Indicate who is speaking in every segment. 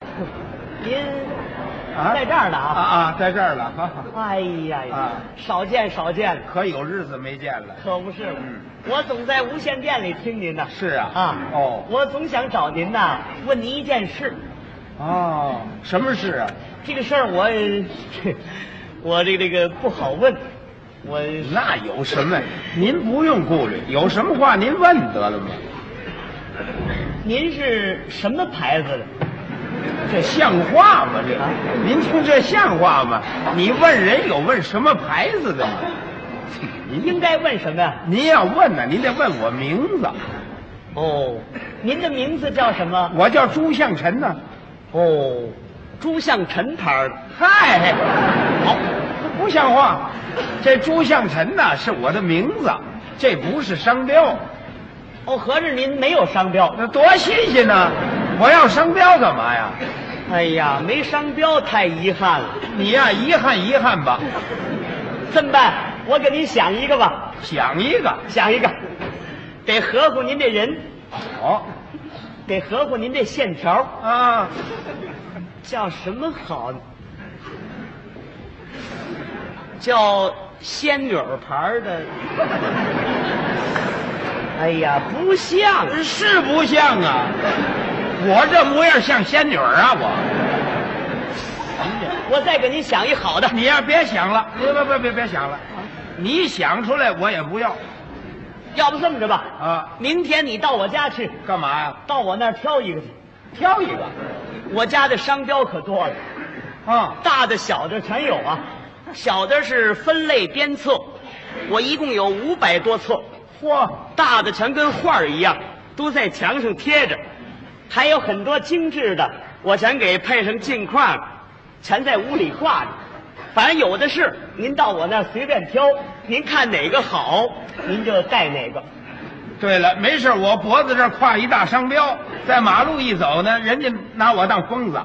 Speaker 1: 您
Speaker 2: 啊
Speaker 1: 在这儿呢
Speaker 2: 啊
Speaker 1: 啊？
Speaker 2: 啊，在这儿了，哈哈，
Speaker 1: 哎呀呀
Speaker 2: 啊，
Speaker 1: 少见少见，
Speaker 2: 可有日子没见了。
Speaker 1: 可不是嘛
Speaker 2: 嗯。
Speaker 1: 我总在无线电里听您呢。
Speaker 2: 是啊，
Speaker 1: 啊，
Speaker 2: 哦，
Speaker 1: 我总想找您呐，问您一件事。
Speaker 2: 哦，什么事啊？
Speaker 1: 这个事儿我， 我这个这个不好问，我
Speaker 2: 那有什么？您不用顾虑，有什么话您问得了吗？
Speaker 1: 您是什么牌子的？
Speaker 2: 这像话吗？这
Speaker 1: 啊
Speaker 2: 您听这像话吗？你问人有问什么牌子的吗？您
Speaker 1: 应该问什么呀？
Speaker 2: 您要问呢，您得问我名字，
Speaker 1: 哦，您的名字叫什么？
Speaker 2: 我叫朱向臣呢。
Speaker 1: 哦，朱向臣牌哦的。
Speaker 2: 嗨，好，不像话。这朱向臣呐是我的名字，这不是商标，
Speaker 1: 哦，合着您没有商标？
Speaker 2: 那多新鲜呢！我要商标干嘛呀？
Speaker 1: 哎呀，没商标太遗憾了。
Speaker 2: 你呀、遗憾遗憾吧，
Speaker 1: 这么办，我给您想一个吧，
Speaker 2: 想一个。
Speaker 1: 想一个，得合乎您这人，
Speaker 2: 好、
Speaker 1: 得合乎您这线条，
Speaker 2: 哦啊，
Speaker 1: 叫什么好呢？叫仙女儿牌的。哎呀，不像啊
Speaker 2: 是不像啊！我这模样像仙女儿啊！我，
Speaker 1: 我再给您想一好的。
Speaker 2: 你呀、别想了，别别别别别想了，你想出来我也不要
Speaker 1: 要不这么着吧，
Speaker 2: 啊！
Speaker 1: 明天你到我家去，
Speaker 2: 干嘛呀、
Speaker 1: 到我那儿挑一个去。
Speaker 2: 挑一个
Speaker 1: 我家的商标可多了，
Speaker 2: 啊！
Speaker 1: 大的小的全有啊。小的是分类编册，我一共有五百多册，
Speaker 2: 嚯，
Speaker 1: 大的全跟画儿一样，都在墙上贴着，还有很多精致的，我全给配上镜框了，全在屋里挂着。反正有的是，您到我那儿随便挑，您看哪个好，您就带哪个。
Speaker 2: 对了，没事，我脖子这儿挎一大商标，在马路一走呢，人家拿我当疯子。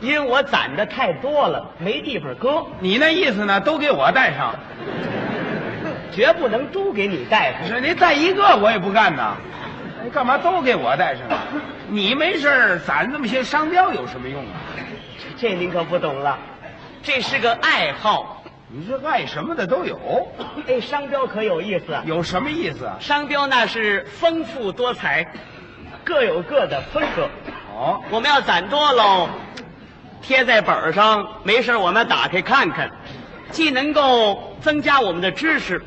Speaker 1: 因为我攒的太多了，没地方搁，
Speaker 2: 你那意思呢？都给我带上，
Speaker 1: 绝不能都给你带上。
Speaker 2: 是您带一个我也不干呐。哎干嘛都给我带上啊？你没事儿攒那么些商标有什么用啊？
Speaker 1: 这您可不懂了，这是个爱好。
Speaker 2: 你这爱什么的都有，
Speaker 1: 哎，商标可有意思啊，
Speaker 2: 有什么意思啊？
Speaker 1: 商标那是丰富多彩，各有各的风格。
Speaker 2: 哦，
Speaker 1: 我们要攒多喽，贴在本儿上，没事儿我们打开看看，既能够增加我们的知识，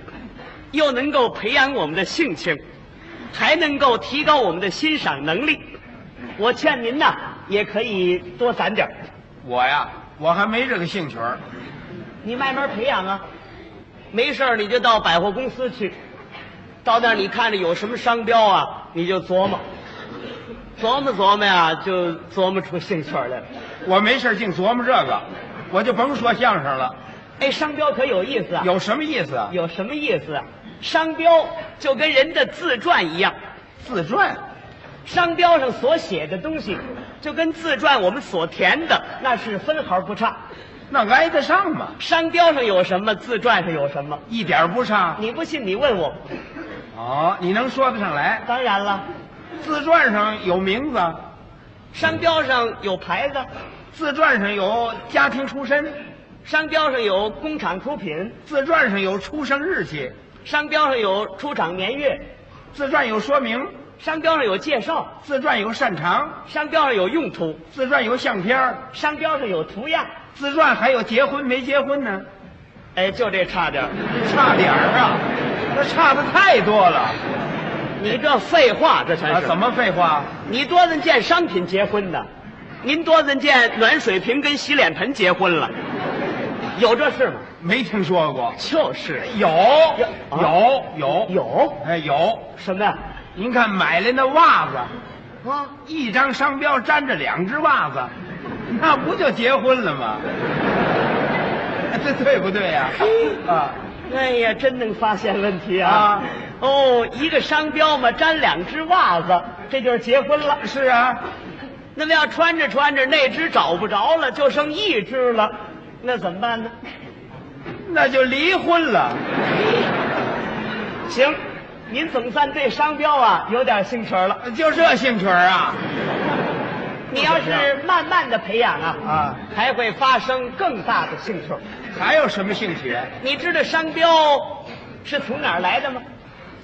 Speaker 1: 又能够培养我们的性情，还能够提高我们的欣赏能力。我劝您呐，也可以多攒点儿
Speaker 2: 我呀，我还没这个兴趣儿。
Speaker 1: 你慢慢培养啊。没事儿你就到百货公司去，到那儿你看着有什么商标啊，你就琢磨，琢磨琢磨呀、就琢磨出兴趣儿来了。
Speaker 2: 我没事儿净琢磨这个，我就甭说相声了。
Speaker 1: 哎，商标可有意思啊！
Speaker 2: 有什么意思啊？
Speaker 1: 有什么意思啊？商标就跟人的自传一样，
Speaker 2: 自传，
Speaker 1: 商标上所写的东西，就跟自传我们所填的那是分毫不差。
Speaker 2: 那挨得上吗？
Speaker 1: 商标上有什么，自传上有什么？
Speaker 2: 一点儿不差。
Speaker 1: 你不信，你问我。
Speaker 2: 哦，你能说得上来？
Speaker 1: 当然了，
Speaker 2: 自传上有名字，
Speaker 1: 商标上有牌子，
Speaker 2: 自传上有家庭出身，
Speaker 1: 商标上有工厂出品，
Speaker 2: 自传上有出生日期，
Speaker 1: 商标上有出厂年月，
Speaker 2: 自传有说明，
Speaker 1: 商标上有介绍，
Speaker 2: 自传有擅长，
Speaker 1: 商标上有用途，
Speaker 2: 自传有相片儿，
Speaker 1: 商标上有图样。
Speaker 2: 自传还有结婚没结婚呢，
Speaker 1: 哎，就这差点儿
Speaker 2: 差点儿啊，那差的太多了
Speaker 1: 你这废话，这全是、
Speaker 2: 啊！怎么废话？
Speaker 1: 你多咱见商品结婚的，您多咱见暖水瓶跟洗脸盆结婚了，有这事吗？
Speaker 2: 没听说过。
Speaker 1: 就是
Speaker 2: 有
Speaker 1: 有
Speaker 2: 有有
Speaker 1: 有
Speaker 2: 哎有，
Speaker 1: 什么呀？
Speaker 2: 您看买来那袜子，哦
Speaker 1: 啊，
Speaker 2: 一张商标粘着两只袜子，那不就结婚了吗？ 这对不对呀、 啊？
Speaker 1: 哎呀，真能发现问题
Speaker 2: 啊
Speaker 1: 啊！哦，一个商标嘛，粘两只袜子，这就是结婚了。
Speaker 2: 是啊，
Speaker 1: 那么要穿着穿着，那只找不着了，就剩一只了，那怎么办呢？
Speaker 2: 那就离婚了。
Speaker 1: 行，
Speaker 2: 呃
Speaker 1: 您总算对商标啊有点兴趣了。
Speaker 2: 就这兴趣儿啊？
Speaker 1: 你要是慢慢的培养啊，
Speaker 2: 啊，
Speaker 1: 还会发生更大的兴趣。
Speaker 2: 还有什么兴趣？
Speaker 1: 你知道商标是从哪儿来的吗？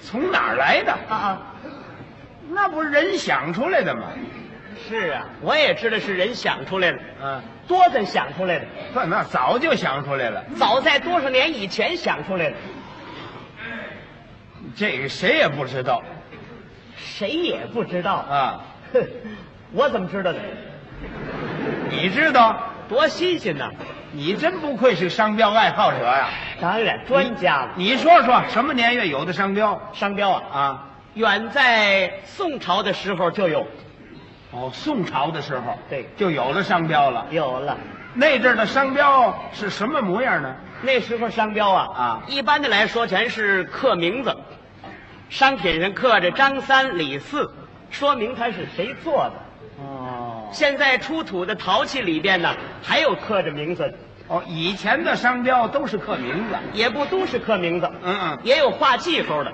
Speaker 2: 从哪儿来的？
Speaker 1: 啊啊，
Speaker 2: 那不是人想出来的吗？
Speaker 1: 是啊，我也知道是人想出来的，
Speaker 2: 啊，
Speaker 1: 多咱想出来的，
Speaker 2: 那那早就想出来了。
Speaker 1: 早在多少年以前想出来的，
Speaker 2: 这个谁也不知道
Speaker 1: 谁也不知道。
Speaker 2: 啊。
Speaker 1: 哼，我怎么知道的？
Speaker 2: 你知道？
Speaker 1: 多新鲜呐！
Speaker 2: 你真不愧是商标爱好者呀、
Speaker 1: 当然，专家了。
Speaker 2: 你说说什么年月有的商标
Speaker 1: 商标啊，
Speaker 2: 啊？
Speaker 1: 远在宋朝的时候就有，
Speaker 2: 哦，宋朝的时候
Speaker 1: 对
Speaker 2: 就有了商标了。
Speaker 1: 有了。
Speaker 2: 那阵儿的商标是什么模样呢？
Speaker 1: 那时候商标啊
Speaker 2: 啊
Speaker 1: 一般的来说全是刻名字，商品上刻着张三李四，说明它是谁做的。
Speaker 2: 哦
Speaker 1: 现在出土的陶器里边呢，还有刻着名字的，
Speaker 2: 哦，以前的商标都是刻名字。
Speaker 1: 也不都是刻名字，
Speaker 2: 嗯嗯，
Speaker 1: 也有画技术的，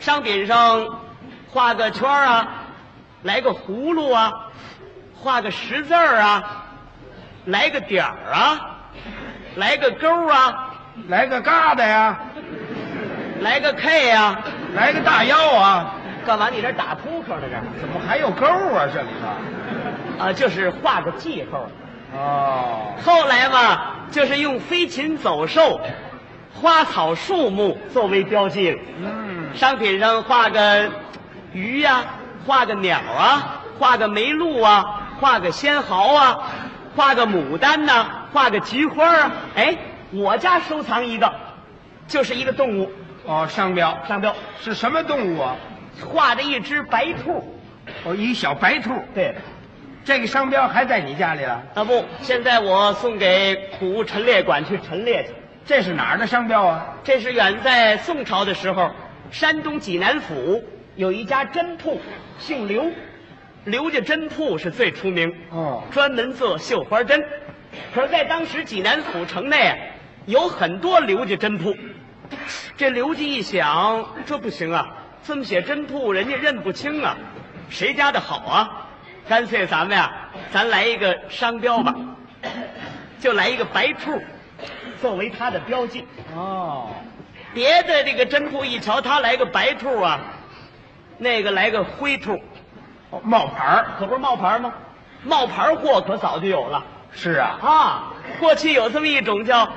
Speaker 1: 商品上画个圈儿啊，来个葫芦啊，画个十字儿啊，来个点儿啊，来个勾儿啊，
Speaker 2: 嗯来个疙瘩呀，
Speaker 1: 来个 K 啊，
Speaker 2: 来个大腰啊，
Speaker 1: 干嘛？你这打扑克呢？这
Speaker 2: 怎么还有勾啊？这里头。
Speaker 1: 啊，就是画个记号。
Speaker 2: 哦，
Speaker 1: 后来嘛，就是用飞禽走兽、花草树木作为标记了。
Speaker 2: 嗯，
Speaker 1: 商品上画个鱼呀、画个鸟啊，画个梅鹿啊，画个仙毫啊，画个牡丹呐、画个菊花啊。哎，我家收藏一个，就是一个动物
Speaker 2: 哦，商标
Speaker 1: 商标，
Speaker 2: 是什么动物啊？
Speaker 1: 画着一只白兔。
Speaker 2: 哦，一小白兔。
Speaker 1: 对，
Speaker 2: 这个商标还在你家里了？
Speaker 1: 啊不，现在我送给古物陈列馆去陈列去。
Speaker 2: 这是哪儿的商标啊？
Speaker 1: 这是远在宋朝的时候，山东济南府有一家针铺，姓刘，刘家针铺是最出名。
Speaker 2: 哦，
Speaker 1: 专门做绣花针。可是，在当时济南府城内啊，有很多刘家针铺。这刘家一想，这不行啊，这么写针铺，人家认不清啊，谁家的好啊？干脆咱们呀、咱来一个商标吧，就来一个白兔，作为它的标记。
Speaker 2: 哦，
Speaker 1: 别的这个针铺一瞧，他来个白兔啊，那个来个灰兔，
Speaker 2: 哦冒牌儿。
Speaker 1: 可不是冒牌吗？冒牌货可早就有了。
Speaker 2: 是啊，
Speaker 1: 啊，过去有这么一种叫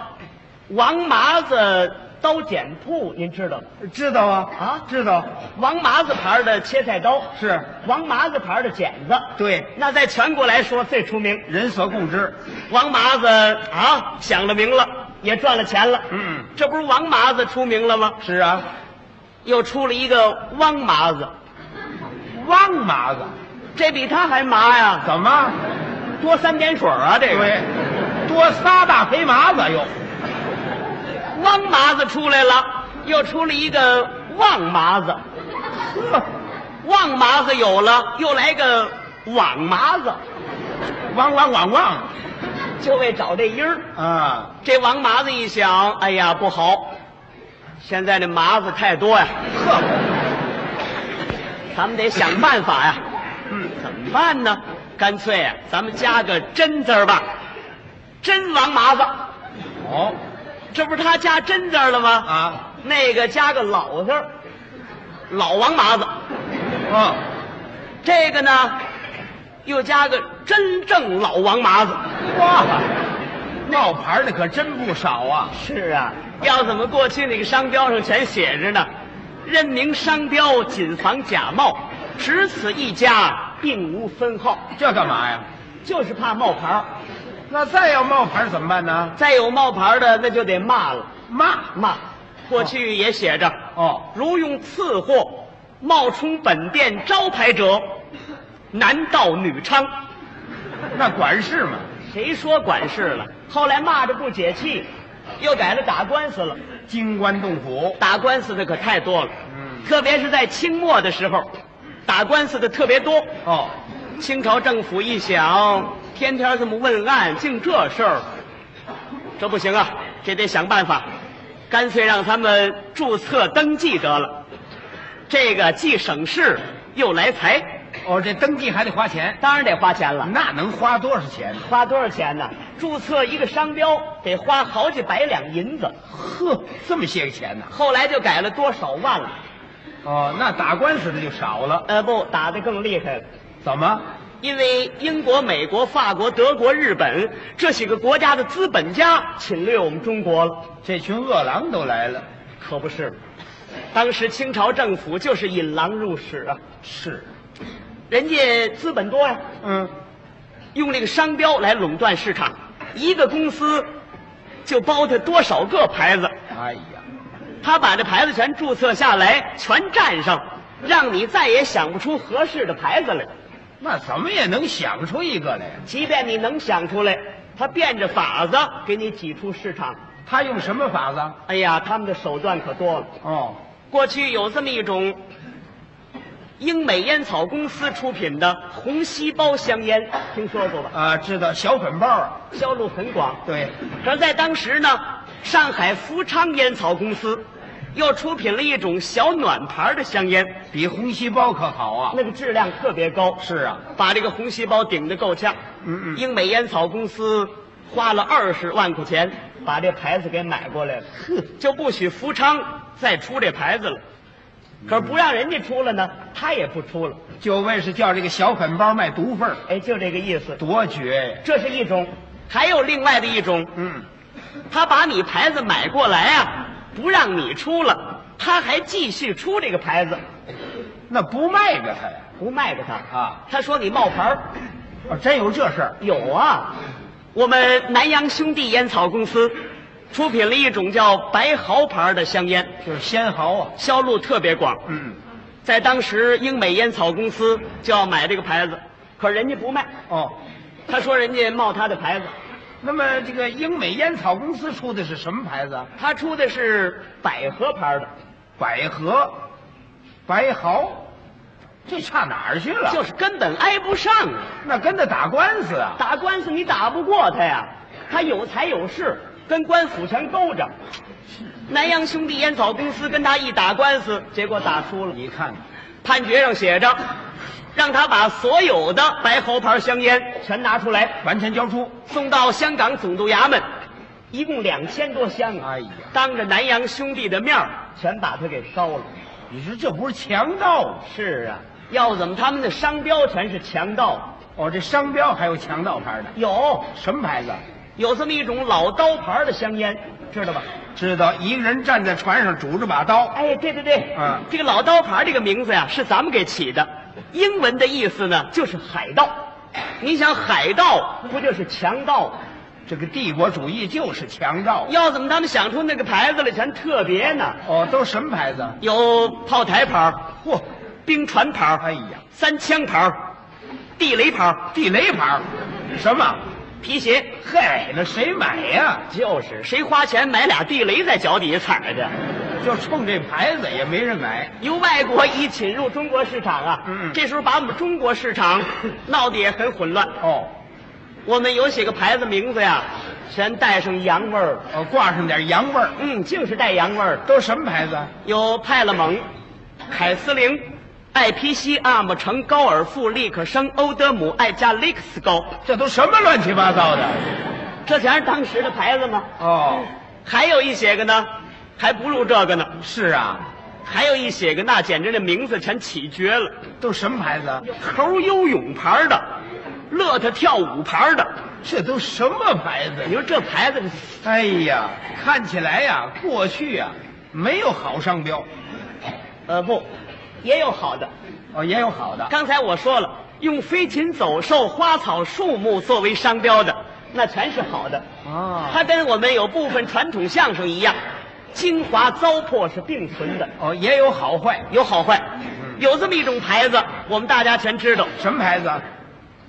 Speaker 1: 王麻子刀剪铺，您知道吗？
Speaker 2: 知道啊
Speaker 1: 啊
Speaker 2: 知道
Speaker 1: 王麻子牌的切菜刀，
Speaker 2: 是
Speaker 1: 王麻子牌的剪子，
Speaker 2: 对，
Speaker 1: 那在全国来说最出名。
Speaker 2: 人所共知。
Speaker 1: 王麻子啊，响了名了，也赚了钱了。
Speaker 2: 嗯，
Speaker 1: 这不是王麻子出名了吗？
Speaker 2: 是啊，
Speaker 1: 又出了一个汪麻子，
Speaker 2: 汪麻子
Speaker 1: 这比他还麻呀，
Speaker 2: 怎么？
Speaker 1: 多三点水啊！这个
Speaker 2: 嗯对，多仨大肥麻子又。
Speaker 1: 汪麻子出来了，又出了一个旺麻子。旺麻子有了，又来个网麻子，
Speaker 2: 汪汪汪汪
Speaker 1: 就为找这音儿。
Speaker 2: 啊！
Speaker 1: 这王麻子一想，哎呀，不好，现在这麻子太多呀，
Speaker 2: 呵，
Speaker 1: 咱们得想办法呀。
Speaker 2: 嗯，
Speaker 1: 怎么办呢？干脆啊，咱们加个真字儿吧，真王麻子，
Speaker 2: 哦
Speaker 1: 这不是他加真字儿了吗？
Speaker 2: 啊，
Speaker 1: 那个加个老字儿，老王麻子。
Speaker 2: 嗯，
Speaker 1: 这个呢，又加个真正老王麻子。
Speaker 2: 哇，冒牌的可真不少啊！
Speaker 1: 是啊，要怎么过去那个商标上全写着呢？任明商标，谨防假冒，只此一家，并无分号，
Speaker 2: 这干嘛呀？
Speaker 1: 就是怕冒牌儿。
Speaker 2: 那再要冒牌怎么办呢？
Speaker 1: 再有冒牌儿的，那就得骂了，
Speaker 2: 骂
Speaker 1: 骂。过去也写着，
Speaker 2: 哦，
Speaker 1: 如用次货冒充本店招牌者，男盗女娼。
Speaker 2: 那管事嘛。
Speaker 1: 谁说管事了？后来骂着不解气，又改了打官司了。
Speaker 2: 金官洞府
Speaker 1: 打官司的可太多了，
Speaker 2: 嗯
Speaker 1: 特别是在清末的时候，打官司的特别多。
Speaker 2: 哦，
Speaker 1: 清朝政府一想，天天这么问案，净这事儿，这不行啊，这得想办法，干脆让他们注册登记得了，这个既省事又来财。
Speaker 2: 哦，这登记还得花钱，
Speaker 1: 当然得花钱了。
Speaker 2: 那能花多少钱？
Speaker 1: 花多少钱呢？注册一个商标得花好几百两银子，
Speaker 2: 呵，这么些个钱呢、
Speaker 1: 后来就改了多少万了。
Speaker 2: 哦，那打官司的就少了。
Speaker 1: 呃，不，打得更厉害了。
Speaker 2: 怎么？
Speaker 1: 因为英国、美国、法国、德国、日本这几个国家的资本家侵略我们中国了，
Speaker 2: 这群饿狼都来了？
Speaker 1: 可不是吗？当时清朝政府就是引狼入室啊，
Speaker 2: 是，
Speaker 1: 人家资本多呀、
Speaker 2: 嗯，
Speaker 1: 用这个商标来垄断市场，一个公司就包它多少个牌子，
Speaker 2: 哎呀，
Speaker 1: 他把这牌子全注册下来，全占上，让你再也想不出合适的牌子来。
Speaker 2: 那怎么也能想出一个来呀？
Speaker 1: 即便你能想出来，他变着法子给你挤出市场。
Speaker 2: 他用什么法子？
Speaker 1: 哎呀，他们的手段可多了。
Speaker 2: 哦，
Speaker 1: 过去有这么一种英美烟草公司出品的红细胞香烟，听说过吧？
Speaker 2: 啊，知道小粉包啊，
Speaker 1: 销路很广。
Speaker 2: 对，
Speaker 1: 可是在当时呢，上海福昌烟草公司又出品了一种小暖牌的香烟，
Speaker 2: 比红细胞可好啊。
Speaker 1: 那个质量特别高，
Speaker 2: 是啊，
Speaker 1: 把这个红细胞顶得够呛。
Speaker 2: 嗯嗯
Speaker 1: 英美烟草公司花了二十万块钱把这牌子给买过来了，就不许福昌再出这牌子了。可是不让人家出了呢，他也不出了。
Speaker 2: 就为是叫这个小粉包卖毒贩儿
Speaker 1: 哎，就这个意思。
Speaker 2: 多绝呀！
Speaker 1: 这是一种，还有另外的一种，
Speaker 2: 嗯，
Speaker 1: 他把你牌子买过来啊，不让你出了，他还继续出这个牌子，
Speaker 2: 那不卖给他呀？
Speaker 1: 不卖给他
Speaker 2: 啊。
Speaker 1: 他说你冒牌儿
Speaker 2: 哦，真有这事儿？
Speaker 1: 有啊，我们南洋兄弟烟草公司出品了一种叫白毫牌的香烟，
Speaker 2: 就是仙毫啊。
Speaker 1: 销路特别广。
Speaker 2: 嗯，
Speaker 1: 在当时，英美烟草公司就要买这个牌子，可人家不卖，
Speaker 2: 哦，
Speaker 1: 他说人家冒他的牌子，
Speaker 2: 那么这个英美烟草公司出的是什么牌子啊？
Speaker 1: 他出的是百合牌的，
Speaker 2: 百合、白毫，这差哪儿去了？
Speaker 1: 就是根本挨不上啊。
Speaker 2: 那跟他打官司啊？
Speaker 1: 打官司你打不过他呀，他有财有势，跟官府全勾着。南洋兄弟烟草公司跟他一打官司，结果打输了。
Speaker 2: 你看看，
Speaker 1: 判决上写着，让他把所有的白猴牌香烟全拿出来，
Speaker 2: 完全交出。
Speaker 1: 送到香港总督衙门，一共两千多箱啊！
Speaker 2: 哎呀
Speaker 1: 当着南洋兄弟的面儿全把他给烧了。
Speaker 2: 你说这不是强盗吗？
Speaker 1: 是啊，要怎么他们的商标全是强盗？
Speaker 2: 哦，这商标还有强盗牌的，
Speaker 1: 有
Speaker 2: 什么牌子？
Speaker 1: 有这么一种老刀牌的香烟，知道吧？
Speaker 2: 知道一个人站在船上拄着把刀，
Speaker 1: 哎，对对对，
Speaker 2: 嗯
Speaker 1: 这个老刀牌这个名字呀、是咱们给起的，英文的意思呢就是海盗。你想海盗不就是强盗吗？
Speaker 2: 这个帝国主义就是强盗。
Speaker 1: 要怎么他们想出那个牌子来全特别呢？
Speaker 2: 哦，都什么牌子？
Speaker 1: 有炮台牌儿，
Speaker 2: 嚯，
Speaker 1: 冰船牌儿，
Speaker 2: 哎呀，
Speaker 1: 三枪牌儿，地雷牌儿，
Speaker 2: 地雷牌，什么？
Speaker 1: 皮鞋。
Speaker 2: 嗨，那谁买呀、
Speaker 1: 就是谁花钱买俩地雷在脚底下踩着？
Speaker 2: 就冲这牌子也没人买。
Speaker 1: 由外国一侵入中国市场啊，
Speaker 2: 嗯嗯
Speaker 1: 这时候把我们中国市场闹得也很混乱。
Speaker 2: 哦，
Speaker 1: 我们有些个牌子名字呀，全带上洋味儿了，
Speaker 2: 哦，挂上点洋味儿，
Speaker 1: 嗯，就是带洋味儿的。
Speaker 2: 都什么牌子？
Speaker 1: 有派勒蒙、凯斯灵、艾皮西、阿姆城、高尔夫、利克生、欧德姆、艾加利克斯高，
Speaker 2: 这都什么乱七八糟的？
Speaker 1: 这全是当时的牌子吗？
Speaker 2: 哦，
Speaker 1: 还有一些个呢，还不如这个呢。
Speaker 2: 是啊，
Speaker 1: 还有一些个，那简直那名字全起绝了。
Speaker 2: 都什么牌子？
Speaker 1: 猴游泳牌的，乐特跳舞牌的，
Speaker 2: 这都什么牌子
Speaker 1: 你
Speaker 2: 呀？
Speaker 1: 说这牌子，
Speaker 2: 哎呀，看起来呀、过去呀、没有好商标，
Speaker 1: 呃，不，也有好的。
Speaker 2: 哦，也有好的。
Speaker 1: 刚才我说了，用飞禽走兽、花草树木作为商标的，那全是好的。
Speaker 2: 哦
Speaker 1: 它跟我们有部分传统相声一样，精华糟粕是并存的，
Speaker 2: 哦，也有好坏。
Speaker 1: 有好坏。有这么一种牌子，我们大家全知道，
Speaker 2: 什么牌子？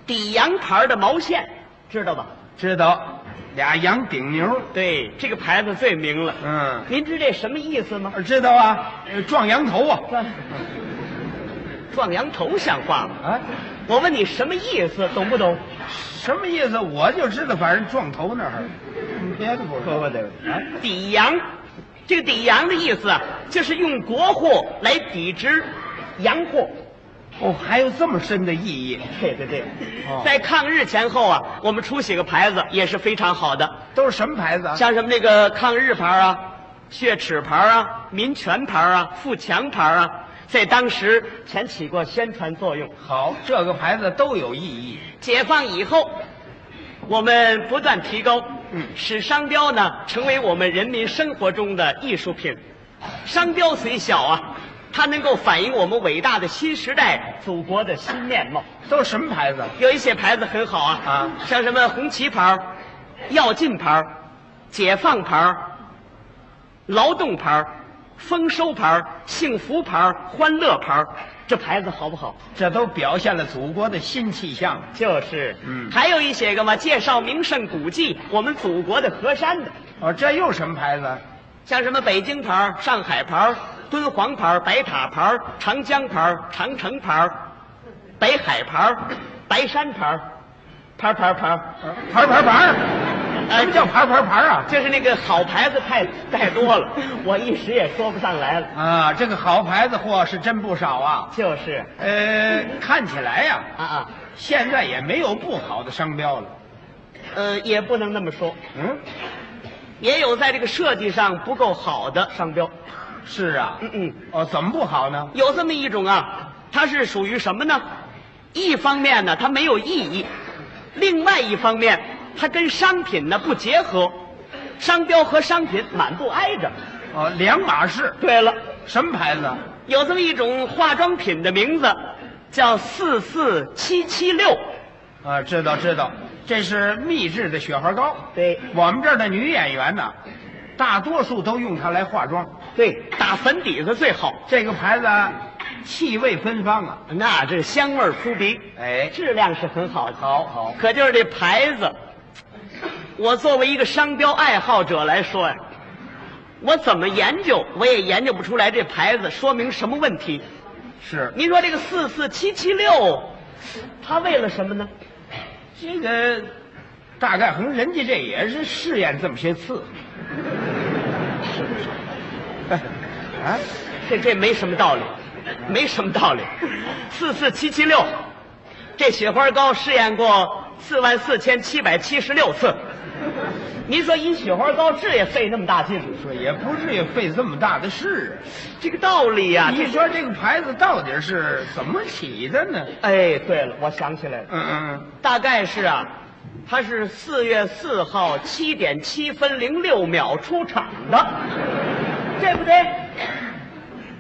Speaker 1: 底洋牌的毛线，知道吧？
Speaker 2: 知道，俩羊顶牛。
Speaker 1: 对，这个牌子最明了。
Speaker 2: 嗯，
Speaker 1: 您知这什么意思吗？
Speaker 2: 知道啊，呃撞羊头啊。
Speaker 1: 撞撞羊头像话吗？
Speaker 2: 啊，
Speaker 1: 我问你什么意思，懂不懂？
Speaker 2: 什么意思？我就知道，反正撞头那儿，别的不说吧，对不对？啊，
Speaker 1: 抵洋，这个抵洋的意思啊，就是用国货来抵制洋货。
Speaker 2: 哦，还有这么深的意义，
Speaker 1: 对对对
Speaker 2: 哦
Speaker 1: 在抗日前后啊，我们出写个牌子也是非常好的，
Speaker 2: 都是什么牌子啊？
Speaker 1: 像什么那个抗日牌啊、血耻牌啊、民权牌啊、富强牌啊，在当时全起过宣传作用。
Speaker 2: 好，这个牌子都有意义。
Speaker 1: 解放以后，我们不断提高，
Speaker 2: 嗯
Speaker 1: 使商标呢成为我们人民生活中的艺术品。商标虽小啊，它能够反映我们伟大的新时代祖国的新面貌。
Speaker 2: 都是什么牌子？
Speaker 1: 有一些牌子很好啊，
Speaker 2: 啊
Speaker 1: 像什么红旗牌儿、跃进牌儿、解放牌儿、劳动牌儿、丰收牌儿、幸福牌儿、欢乐牌儿，这牌子好不好？
Speaker 2: 这都表现了祖国的新气象。
Speaker 1: 就是，
Speaker 2: 嗯
Speaker 1: 还有一些个嘛，介绍名胜古迹，我们祖国的河山的，
Speaker 2: 哦，这又什么牌子？
Speaker 1: 像什么北京牌儿、上海牌儿、敦煌牌儿、白塔牌儿、长江牌儿、长城牌儿、北海牌儿、白山牌儿，牌儿牌儿牌儿，
Speaker 2: 牌儿牌儿牌儿，
Speaker 1: 哎
Speaker 2: 什么叫牌儿牌儿牌儿啊？
Speaker 1: 就是那个好牌子太太多了，我一时也说不上来了。
Speaker 2: 啊，这个好牌子货是真不少啊。
Speaker 1: 就是
Speaker 2: 呃，看起来呀、
Speaker 1: 啊啊，
Speaker 2: 现在也没有不好的商标了。
Speaker 1: 呃，也不能那么说，
Speaker 2: 嗯，
Speaker 1: 也有在这个设计上不够好的商标。
Speaker 2: 是啊。
Speaker 1: 嗯嗯。
Speaker 2: 哦，怎么不好呢？
Speaker 1: 有这么一种啊，它是属于什么呢？一方面呢，它没有意义；另外一方面，它跟商品呢不结合，商标和商品满不挨着。
Speaker 2: 哦，两码事。
Speaker 1: 对了，
Speaker 2: 什么牌子？
Speaker 1: 有这么一种化妆品的名字叫四四七七六，
Speaker 2: 啊，知道知道，这是秘制的雪花膏。
Speaker 1: 对
Speaker 2: 我们这儿的女演员呢，大多数都用它来化妆。
Speaker 1: 对，打粉底子最好，
Speaker 2: 这个牌子啊气味芬芳啊。
Speaker 1: 那这香味儿扑鼻，
Speaker 2: 哎，
Speaker 1: 质量是很好的。
Speaker 2: 好好
Speaker 1: 可就是这牌子，我作为一个商标爱好者来说呀，我怎么研究我也研究不出来这牌子说明什么问题。
Speaker 2: 是
Speaker 1: 您说这个四四七七六，它为了什么呢？
Speaker 2: 这个，大概可能人家这也是试验这么些次。哎啊，
Speaker 1: 这这没什么道理，没什么道理。四四七七六，这雪花膏试验过四万四千七百七十六次。您说一雪花膏治也费那么大劲，
Speaker 2: 说也不至于费这么大的事
Speaker 1: 这个道理呀、
Speaker 2: 啊。你说这个牌子到底是怎么起的呢？
Speaker 1: 哎，对了，我想起来了，
Speaker 2: 嗯嗯，
Speaker 1: 大概是啊，他是四月四号七点七分零六秒出场的，对不对？
Speaker 2: 嗯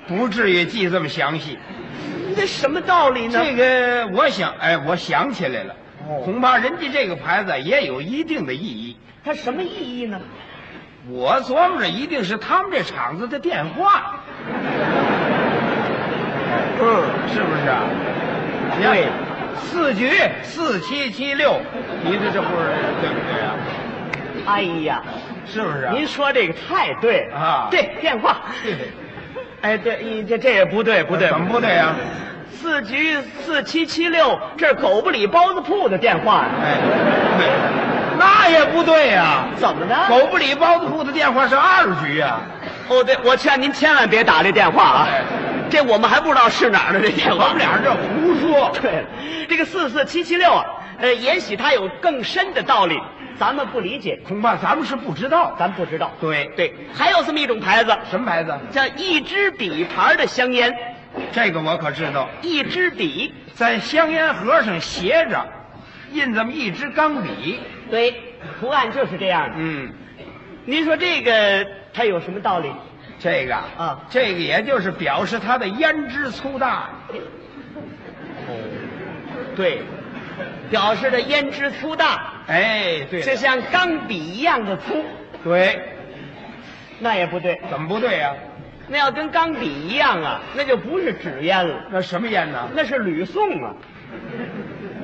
Speaker 2: 不至于记这么详细。
Speaker 1: 这什么道理呢？
Speaker 2: 这个我想，哎，我想起来了，
Speaker 1: 哦
Speaker 2: 恐怕人家这个牌子也有一定的意义。
Speaker 1: 它什么意义呢？
Speaker 2: 我琢磨着，一定是他们这厂子的电话，
Speaker 1: 嗯，
Speaker 2: 是不是啊？你看
Speaker 1: 对，
Speaker 2: 四局四七七六，你这这不是对不对啊？
Speaker 1: 哎呀，
Speaker 2: 是不是啊？
Speaker 1: 您说这个太对了
Speaker 2: 啊
Speaker 1: 对，电话。
Speaker 2: 对
Speaker 1: 哎，对，你这这也不对，不对，
Speaker 2: 怎么不对啊？
Speaker 1: 四局四七七六，这是狗不理包子铺的电话呀、
Speaker 2: 哎，对，那也不对呀、
Speaker 1: 怎么呢？
Speaker 2: 狗不理包子铺的电话是二局啊。
Speaker 1: 哦，对，我劝您千万别打这电话啊
Speaker 2: 哎，
Speaker 1: 这我们还不知道是哪儿的这电
Speaker 2: 我
Speaker 1: 话
Speaker 2: 们。俩这胡说。
Speaker 1: 对了，这个四四七七六啊，呃，也许它有更深的道理，咱们不理解，
Speaker 2: 恐怕咱们是不知道。
Speaker 1: 咱不知道。
Speaker 2: 对
Speaker 1: 对，还有这么一种牌子，
Speaker 2: 什么牌子？
Speaker 1: 叫一支笔牌的香烟，
Speaker 2: 这个我可知道，
Speaker 1: 一支笔，
Speaker 2: 在香烟盒上斜着印这么一支钢笔。
Speaker 1: 对，图案就是这样的。
Speaker 2: 嗯，
Speaker 1: 您说这个它有什么道理？
Speaker 2: 这个
Speaker 1: 啊
Speaker 2: 这个也就是表示它的胭脂粗大。
Speaker 1: 对，表示的胭脂粗大，
Speaker 2: 哎，对
Speaker 1: 就
Speaker 2: 了，
Speaker 1: 像钢笔一样的粗，
Speaker 2: 对，
Speaker 1: 那也不对。
Speaker 2: 怎么不对呀、啊
Speaker 1: 那要跟钢笔一样啊，那就不是纸烟了，
Speaker 2: 那什么烟呢？
Speaker 1: 那是吕宋啊。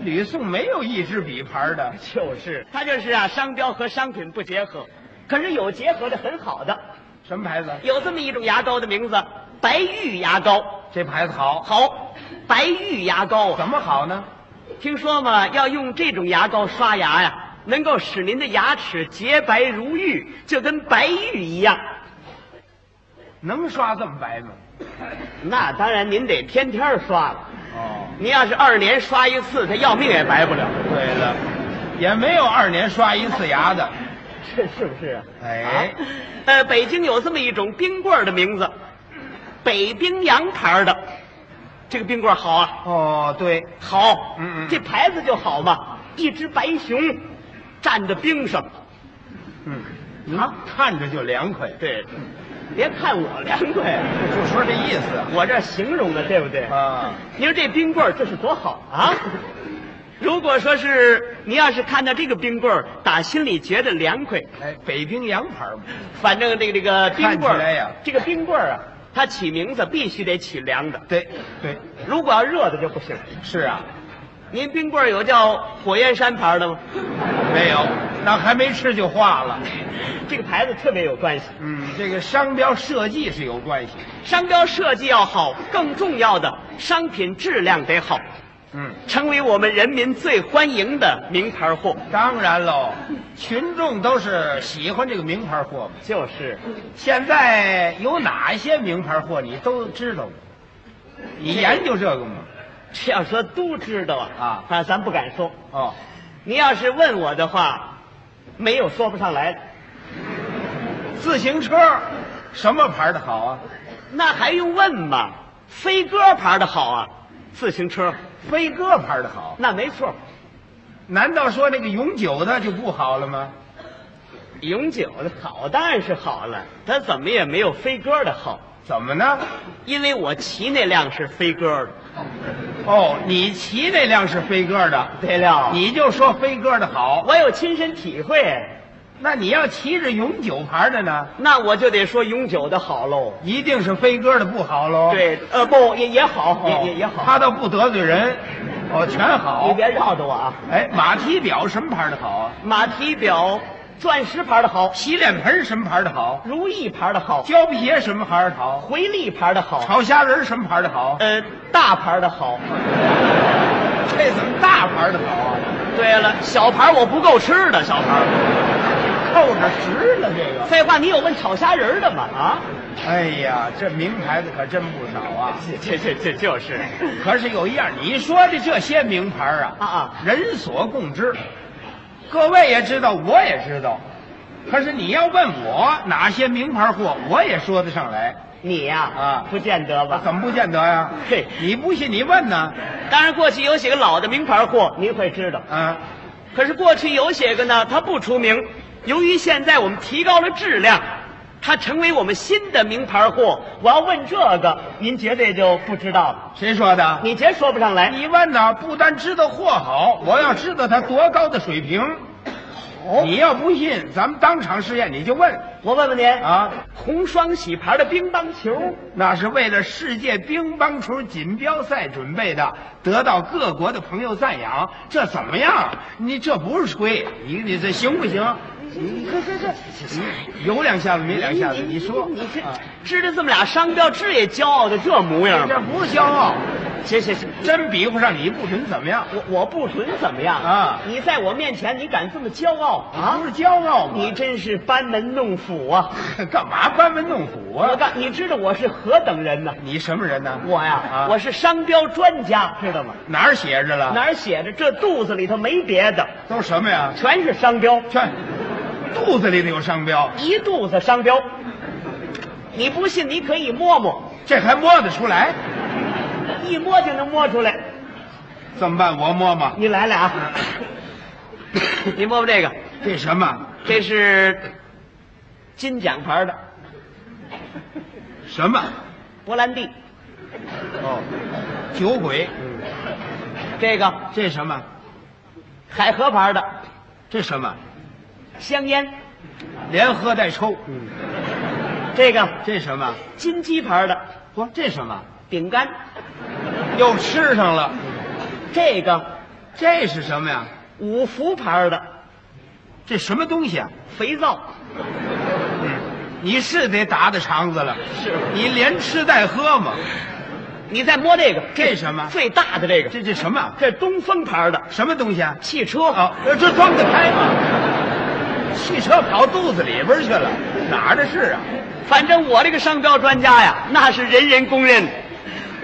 Speaker 2: 吕宋没有一支笔牌的。
Speaker 1: 就是，它就是啊，商标和商品不结合，可是有结合的很好的，
Speaker 2: 什么牌子？
Speaker 1: 有这么一种牙膏的名字，白玉牙膏。
Speaker 2: 这牌子好，
Speaker 1: 好，白玉牙膏啊，
Speaker 2: 怎么好呢？
Speaker 1: 听说嘛，要用这种牙膏刷牙呀，能够使您的牙齿洁白如玉，就跟白玉一样。
Speaker 2: 能刷这么白吗？
Speaker 1: 那当然，您得天天刷了。
Speaker 2: 哦，
Speaker 1: 您要是二年刷一次，他要命也白不了，
Speaker 2: 对了，也没有二年刷一次牙的。
Speaker 1: 是是不是？啊
Speaker 2: 哎，
Speaker 1: 呃，北京有这么一种冰棍儿的名字，北冰洋牌儿的，这个冰棍儿好啊，
Speaker 2: 哦，对，
Speaker 1: 好，
Speaker 2: 嗯嗯
Speaker 1: 这牌子就好嘛，一只白熊站在冰上，
Speaker 2: 嗯，您看着就凉快，
Speaker 1: 对，别看我凉快，啊
Speaker 2: 就说这意思
Speaker 1: 我这形容的对不对？
Speaker 2: 啊。
Speaker 1: 您说这冰棍儿这是多好啊！ 如果说是您要是看到这个冰棍儿，打心里觉得凉快。
Speaker 2: 哎，北冰洋牌嘛，
Speaker 1: 反正这个这个冰棍
Speaker 2: 看起来呀
Speaker 1: 儿，这个冰棍儿啊，它起名字必须得起凉的，
Speaker 2: 对对，
Speaker 1: 如果要热的就不行。
Speaker 2: 是啊，
Speaker 1: 您冰棍儿有叫火焰山牌的吗？
Speaker 2: 没有，那还没吃就化了。
Speaker 1: 这个牌子特别有关系，
Speaker 2: 嗯，这个商标设计是有关系。
Speaker 1: 商标设计要好，更重要的商品质量得好，
Speaker 2: 嗯，
Speaker 1: 成为我们人民最欢迎的名牌货。
Speaker 2: 当然喽，群众都是喜欢这个名牌货嘛。
Speaker 1: 就是，
Speaker 2: 现在有哪些名牌货你都知道吗？你研究这个吗？
Speaker 1: 这要说都知道啊
Speaker 2: 啊
Speaker 1: 啊，咱不敢说。
Speaker 2: 哦，
Speaker 1: 您要是问我的话，没有说不上来的。
Speaker 2: 自行车，什么牌的好啊？
Speaker 1: 那还用问吗？飞鸽牌的好啊，自行车
Speaker 2: 飞鸽牌的好，
Speaker 1: 那没错。
Speaker 2: 难道说那个永久的就不好了吗？
Speaker 1: 永久的好当然是好了，它怎么也没有飞鸽的好，
Speaker 2: 怎么呢？
Speaker 1: 因为我骑那辆是飞鸽的。
Speaker 2: 哦，你骑那辆是飞鸽的，
Speaker 1: 对了你
Speaker 2: 你就说飞鸽的好。
Speaker 1: 我有亲身体会，
Speaker 2: 那你要骑着永久牌的呢，
Speaker 1: 那我就得说永久的好喽。
Speaker 2: 一定是飞鸽的不好喽。，
Speaker 1: 对，呃，不也也好，也也也好。
Speaker 2: 他倒不得罪人，哦，全
Speaker 1: 你
Speaker 2: 好。
Speaker 1: 别绕着我啊！
Speaker 2: 哎，马蹄表什么牌的好啊？
Speaker 1: 马蹄表钻石牌的好，
Speaker 2: 洗脸盆什么牌的好？
Speaker 1: 如意牌的好，
Speaker 2: 胶皮鞋什么牌的好？
Speaker 1: 回力牌的好，
Speaker 2: 炒虾仁什么牌的好？
Speaker 1: 呃，大牌的好。
Speaker 2: 这怎么大牌的好啊？
Speaker 1: 对了，小牌我不够吃的，小牌。
Speaker 2: 扣着十了这个。
Speaker 1: 废话，你有问炒虾仁儿的吗？啊，
Speaker 2: 哎呀，这名牌子可真不少啊。
Speaker 1: 这这这就是，
Speaker 2: 可是有一样，你说的这些名牌啊，
Speaker 1: 啊啊，
Speaker 2: 人所共知，各位也知道，我也知道。可是你要问我哪些名牌货，我也说得上来，
Speaker 1: 你呀
Speaker 2: 啊
Speaker 1: 不见得吧？
Speaker 2: 怎么不见得呀、
Speaker 1: 嘿
Speaker 2: 你不信你问呢？
Speaker 1: 当然，过去有些个老的名牌货，您会知道。
Speaker 2: 啊，
Speaker 1: 可是过去有些个呢，它不出名。由于现在我们提高了质量，它成为我们新的名牌货。我要问这个，您绝对就不知道了，
Speaker 2: 谁说的？
Speaker 1: 你绝说不上来。
Speaker 2: 你问呢？不单知道货好，我要知道它多高的水平。你要不信，咱们当场试验，你就问
Speaker 1: 我问问您，
Speaker 2: 啊。
Speaker 1: 红双喜牌的乒乓球，
Speaker 2: 那是为了世界乒乓球锦标赛准备的，得到各国的朋友赞扬。这怎么样？你这不是吹，你你这行不行？
Speaker 1: 你这这这，
Speaker 2: 你有两下子没两下子，你说，
Speaker 1: 你这
Speaker 2: 啊
Speaker 1: 知道这么俩商标，这也骄傲的这模样
Speaker 2: 这
Speaker 1: 吗？
Speaker 2: 不是骄傲，
Speaker 1: 行行行，
Speaker 2: 真比不上你不准怎么样？
Speaker 1: 我我不准怎么样
Speaker 2: 啊
Speaker 1: 你在我面前你敢这么骄傲啊
Speaker 2: 不？是骄傲吗？
Speaker 1: 你真是班门弄斧啊！
Speaker 2: 干嘛班门弄斧
Speaker 1: 我
Speaker 2: 啊？
Speaker 1: 告你知道我是何等人呢？
Speaker 2: 你什么人呢？
Speaker 1: 我呀，
Speaker 2: 啊
Speaker 1: 我是商标专家，知道吗？
Speaker 2: 哪儿写着了？
Speaker 1: 哪儿写着这肚子里头没别的，
Speaker 2: 都什么呀？
Speaker 1: 全是商标，
Speaker 2: 去，肚子里头有商标，
Speaker 1: 一肚子商标。你不信，你可以摸摸，
Speaker 2: 这还摸得出来？
Speaker 1: 一摸就能摸出来。
Speaker 2: 怎么办？我摸摸，
Speaker 1: 你来来啊，你摸摸这个，
Speaker 2: 这什么？
Speaker 1: 这是金奖牌的
Speaker 2: 什么？
Speaker 1: 勃兰地，
Speaker 2: 哦，酒鬼，
Speaker 1: 这个
Speaker 2: 这什么？
Speaker 1: 海河牌的
Speaker 2: 这什么？
Speaker 1: 香烟，
Speaker 2: 连喝带抽，
Speaker 1: 这个
Speaker 2: 这什么？
Speaker 1: 金鸡牌的
Speaker 2: 不，这什么？
Speaker 1: 饼干，
Speaker 2: 又吃上了，
Speaker 1: 这个
Speaker 2: 这是什么呀？
Speaker 1: 五福牌的
Speaker 2: 这什么东西啊？
Speaker 1: 肥皂，
Speaker 2: 你是得打打肠子了，
Speaker 1: 是
Speaker 2: 你连吃带喝吗？
Speaker 1: 你再摸这个，
Speaker 2: 这什么
Speaker 1: 最大的这个，
Speaker 2: 这这什么？
Speaker 1: 这东风牌的
Speaker 2: 什么东西啊？
Speaker 1: 汽车，
Speaker 2: 啊，这装得开吗？汽车跑肚子里边去了，哪儿的事啊？
Speaker 1: 反正我这个商标专家呀，那是人人公认的。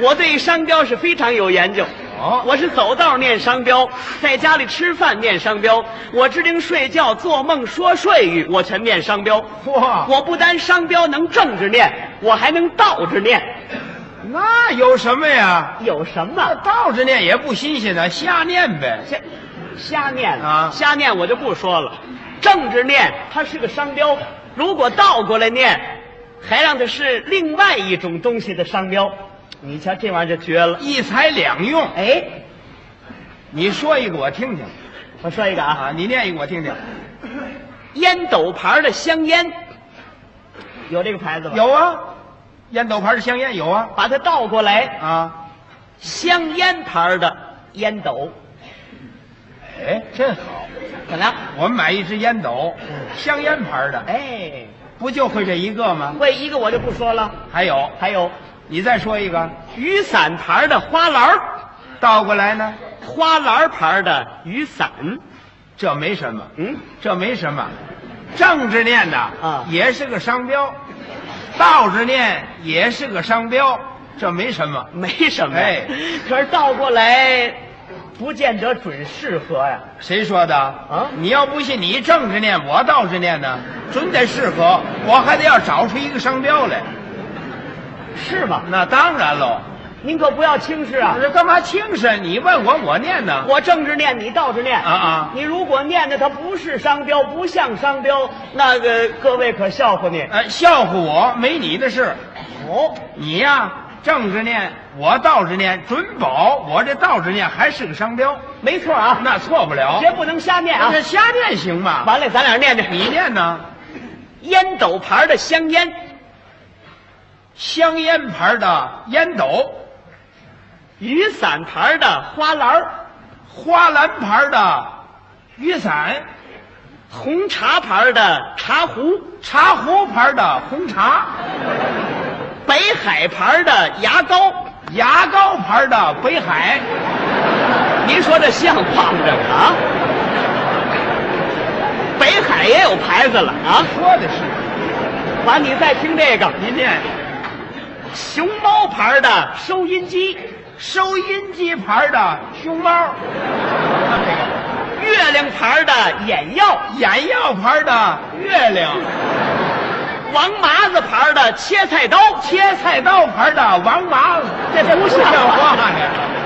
Speaker 1: 我对商标是非常有研究，
Speaker 2: 哦
Speaker 1: 我是走道念商标，在家里吃饭念商标，我支灵睡觉、做梦说睡语，我全念商标。
Speaker 2: 哇
Speaker 1: 我不单商标能正着念，我还能倒着念。
Speaker 2: 那有什么呀？
Speaker 1: 有什
Speaker 2: 那
Speaker 1: 么？
Speaker 2: 倒着念也不新鲜的，瞎念呗。
Speaker 1: 瞎瞎念
Speaker 2: 啊
Speaker 1: 瞎念我就不说了。正着念它是个商标，如果倒过来念，还让它是另外一种东西的商标。你瞧这玩意儿就绝了。
Speaker 2: 一材两用。
Speaker 1: 哎，
Speaker 2: 你说一个我听听
Speaker 1: 我说一个啊
Speaker 2: 啊，你念一个我听听。
Speaker 1: 烟斗牌的香烟，有这个牌子吧？，
Speaker 2: 有啊，烟斗牌的香烟有啊
Speaker 1: 把它倒过来，
Speaker 2: 啊。
Speaker 1: 香烟牌的烟斗，
Speaker 2: 哎，真好，
Speaker 1: 怎么样？
Speaker 2: 我买一支烟斗，香烟牌的，
Speaker 1: 哎，
Speaker 2: 不就会这一个吗？
Speaker 1: 会一个我就不说了。
Speaker 2: 还有，
Speaker 1: 还有
Speaker 2: 你再说一个，
Speaker 1: 雨伞牌的花篮儿，
Speaker 2: 倒过来呢，
Speaker 1: 花篮牌的雨伞，
Speaker 2: 这没什么，
Speaker 1: 嗯，
Speaker 2: 这没什么，正着念的
Speaker 1: 啊
Speaker 2: 也是个商标，倒着念也是个商标，这没什么。
Speaker 1: 没什么。
Speaker 2: 哎，
Speaker 1: 可是倒过来，不见得准适合呀、
Speaker 2: 谁说的？
Speaker 1: 啊
Speaker 2: 你要不信，你正着念，我倒着念呢，准得适合。我还得要找出一个商标来。
Speaker 1: 是吗？
Speaker 2: 那当然喽，
Speaker 1: 您可不要轻视啊！
Speaker 2: 这干嘛轻视？你问我，我念呢。
Speaker 1: 我正着念，你倒着念
Speaker 2: 啊啊
Speaker 1: 你如果念的它不是商标，不像商标，那个各位可笑话你。
Speaker 2: 呃，笑话我没你的事。
Speaker 1: 哦，
Speaker 2: 你呀，正着念，我倒着念，准保我这倒着念还是个商标，
Speaker 1: 没错啊，
Speaker 2: 那错不了。
Speaker 1: 绝不能瞎念啊
Speaker 2: 这！瞎念行吗？
Speaker 1: 完了，咱俩念念。
Speaker 2: 你念呢？
Speaker 1: 烟斗牌的香烟，
Speaker 2: 香烟牌的烟斗，
Speaker 1: 雨伞牌的花篮儿，
Speaker 2: 花篮牌的雨伞，
Speaker 1: 红茶牌的茶壶，
Speaker 2: 茶壶牌的红茶。
Speaker 1: 北海牌的牙膏。
Speaker 2: 牙膏牌的北海，
Speaker 1: 您说这像话吗？这个啊？北海也有牌子了啊！
Speaker 2: 说的是
Speaker 1: 完，你再听这个
Speaker 2: 您念
Speaker 1: 熊猫牌的收音机。
Speaker 2: 收音机牌的熊猫，
Speaker 1: 月亮牌的眼药，
Speaker 2: 眼药牌的月亮，
Speaker 1: 王麻子牌的切菜刀，
Speaker 2: 切菜刀牌的王麻子，
Speaker 1: 这不像
Speaker 2: 像
Speaker 1: 话
Speaker 2: 话呀！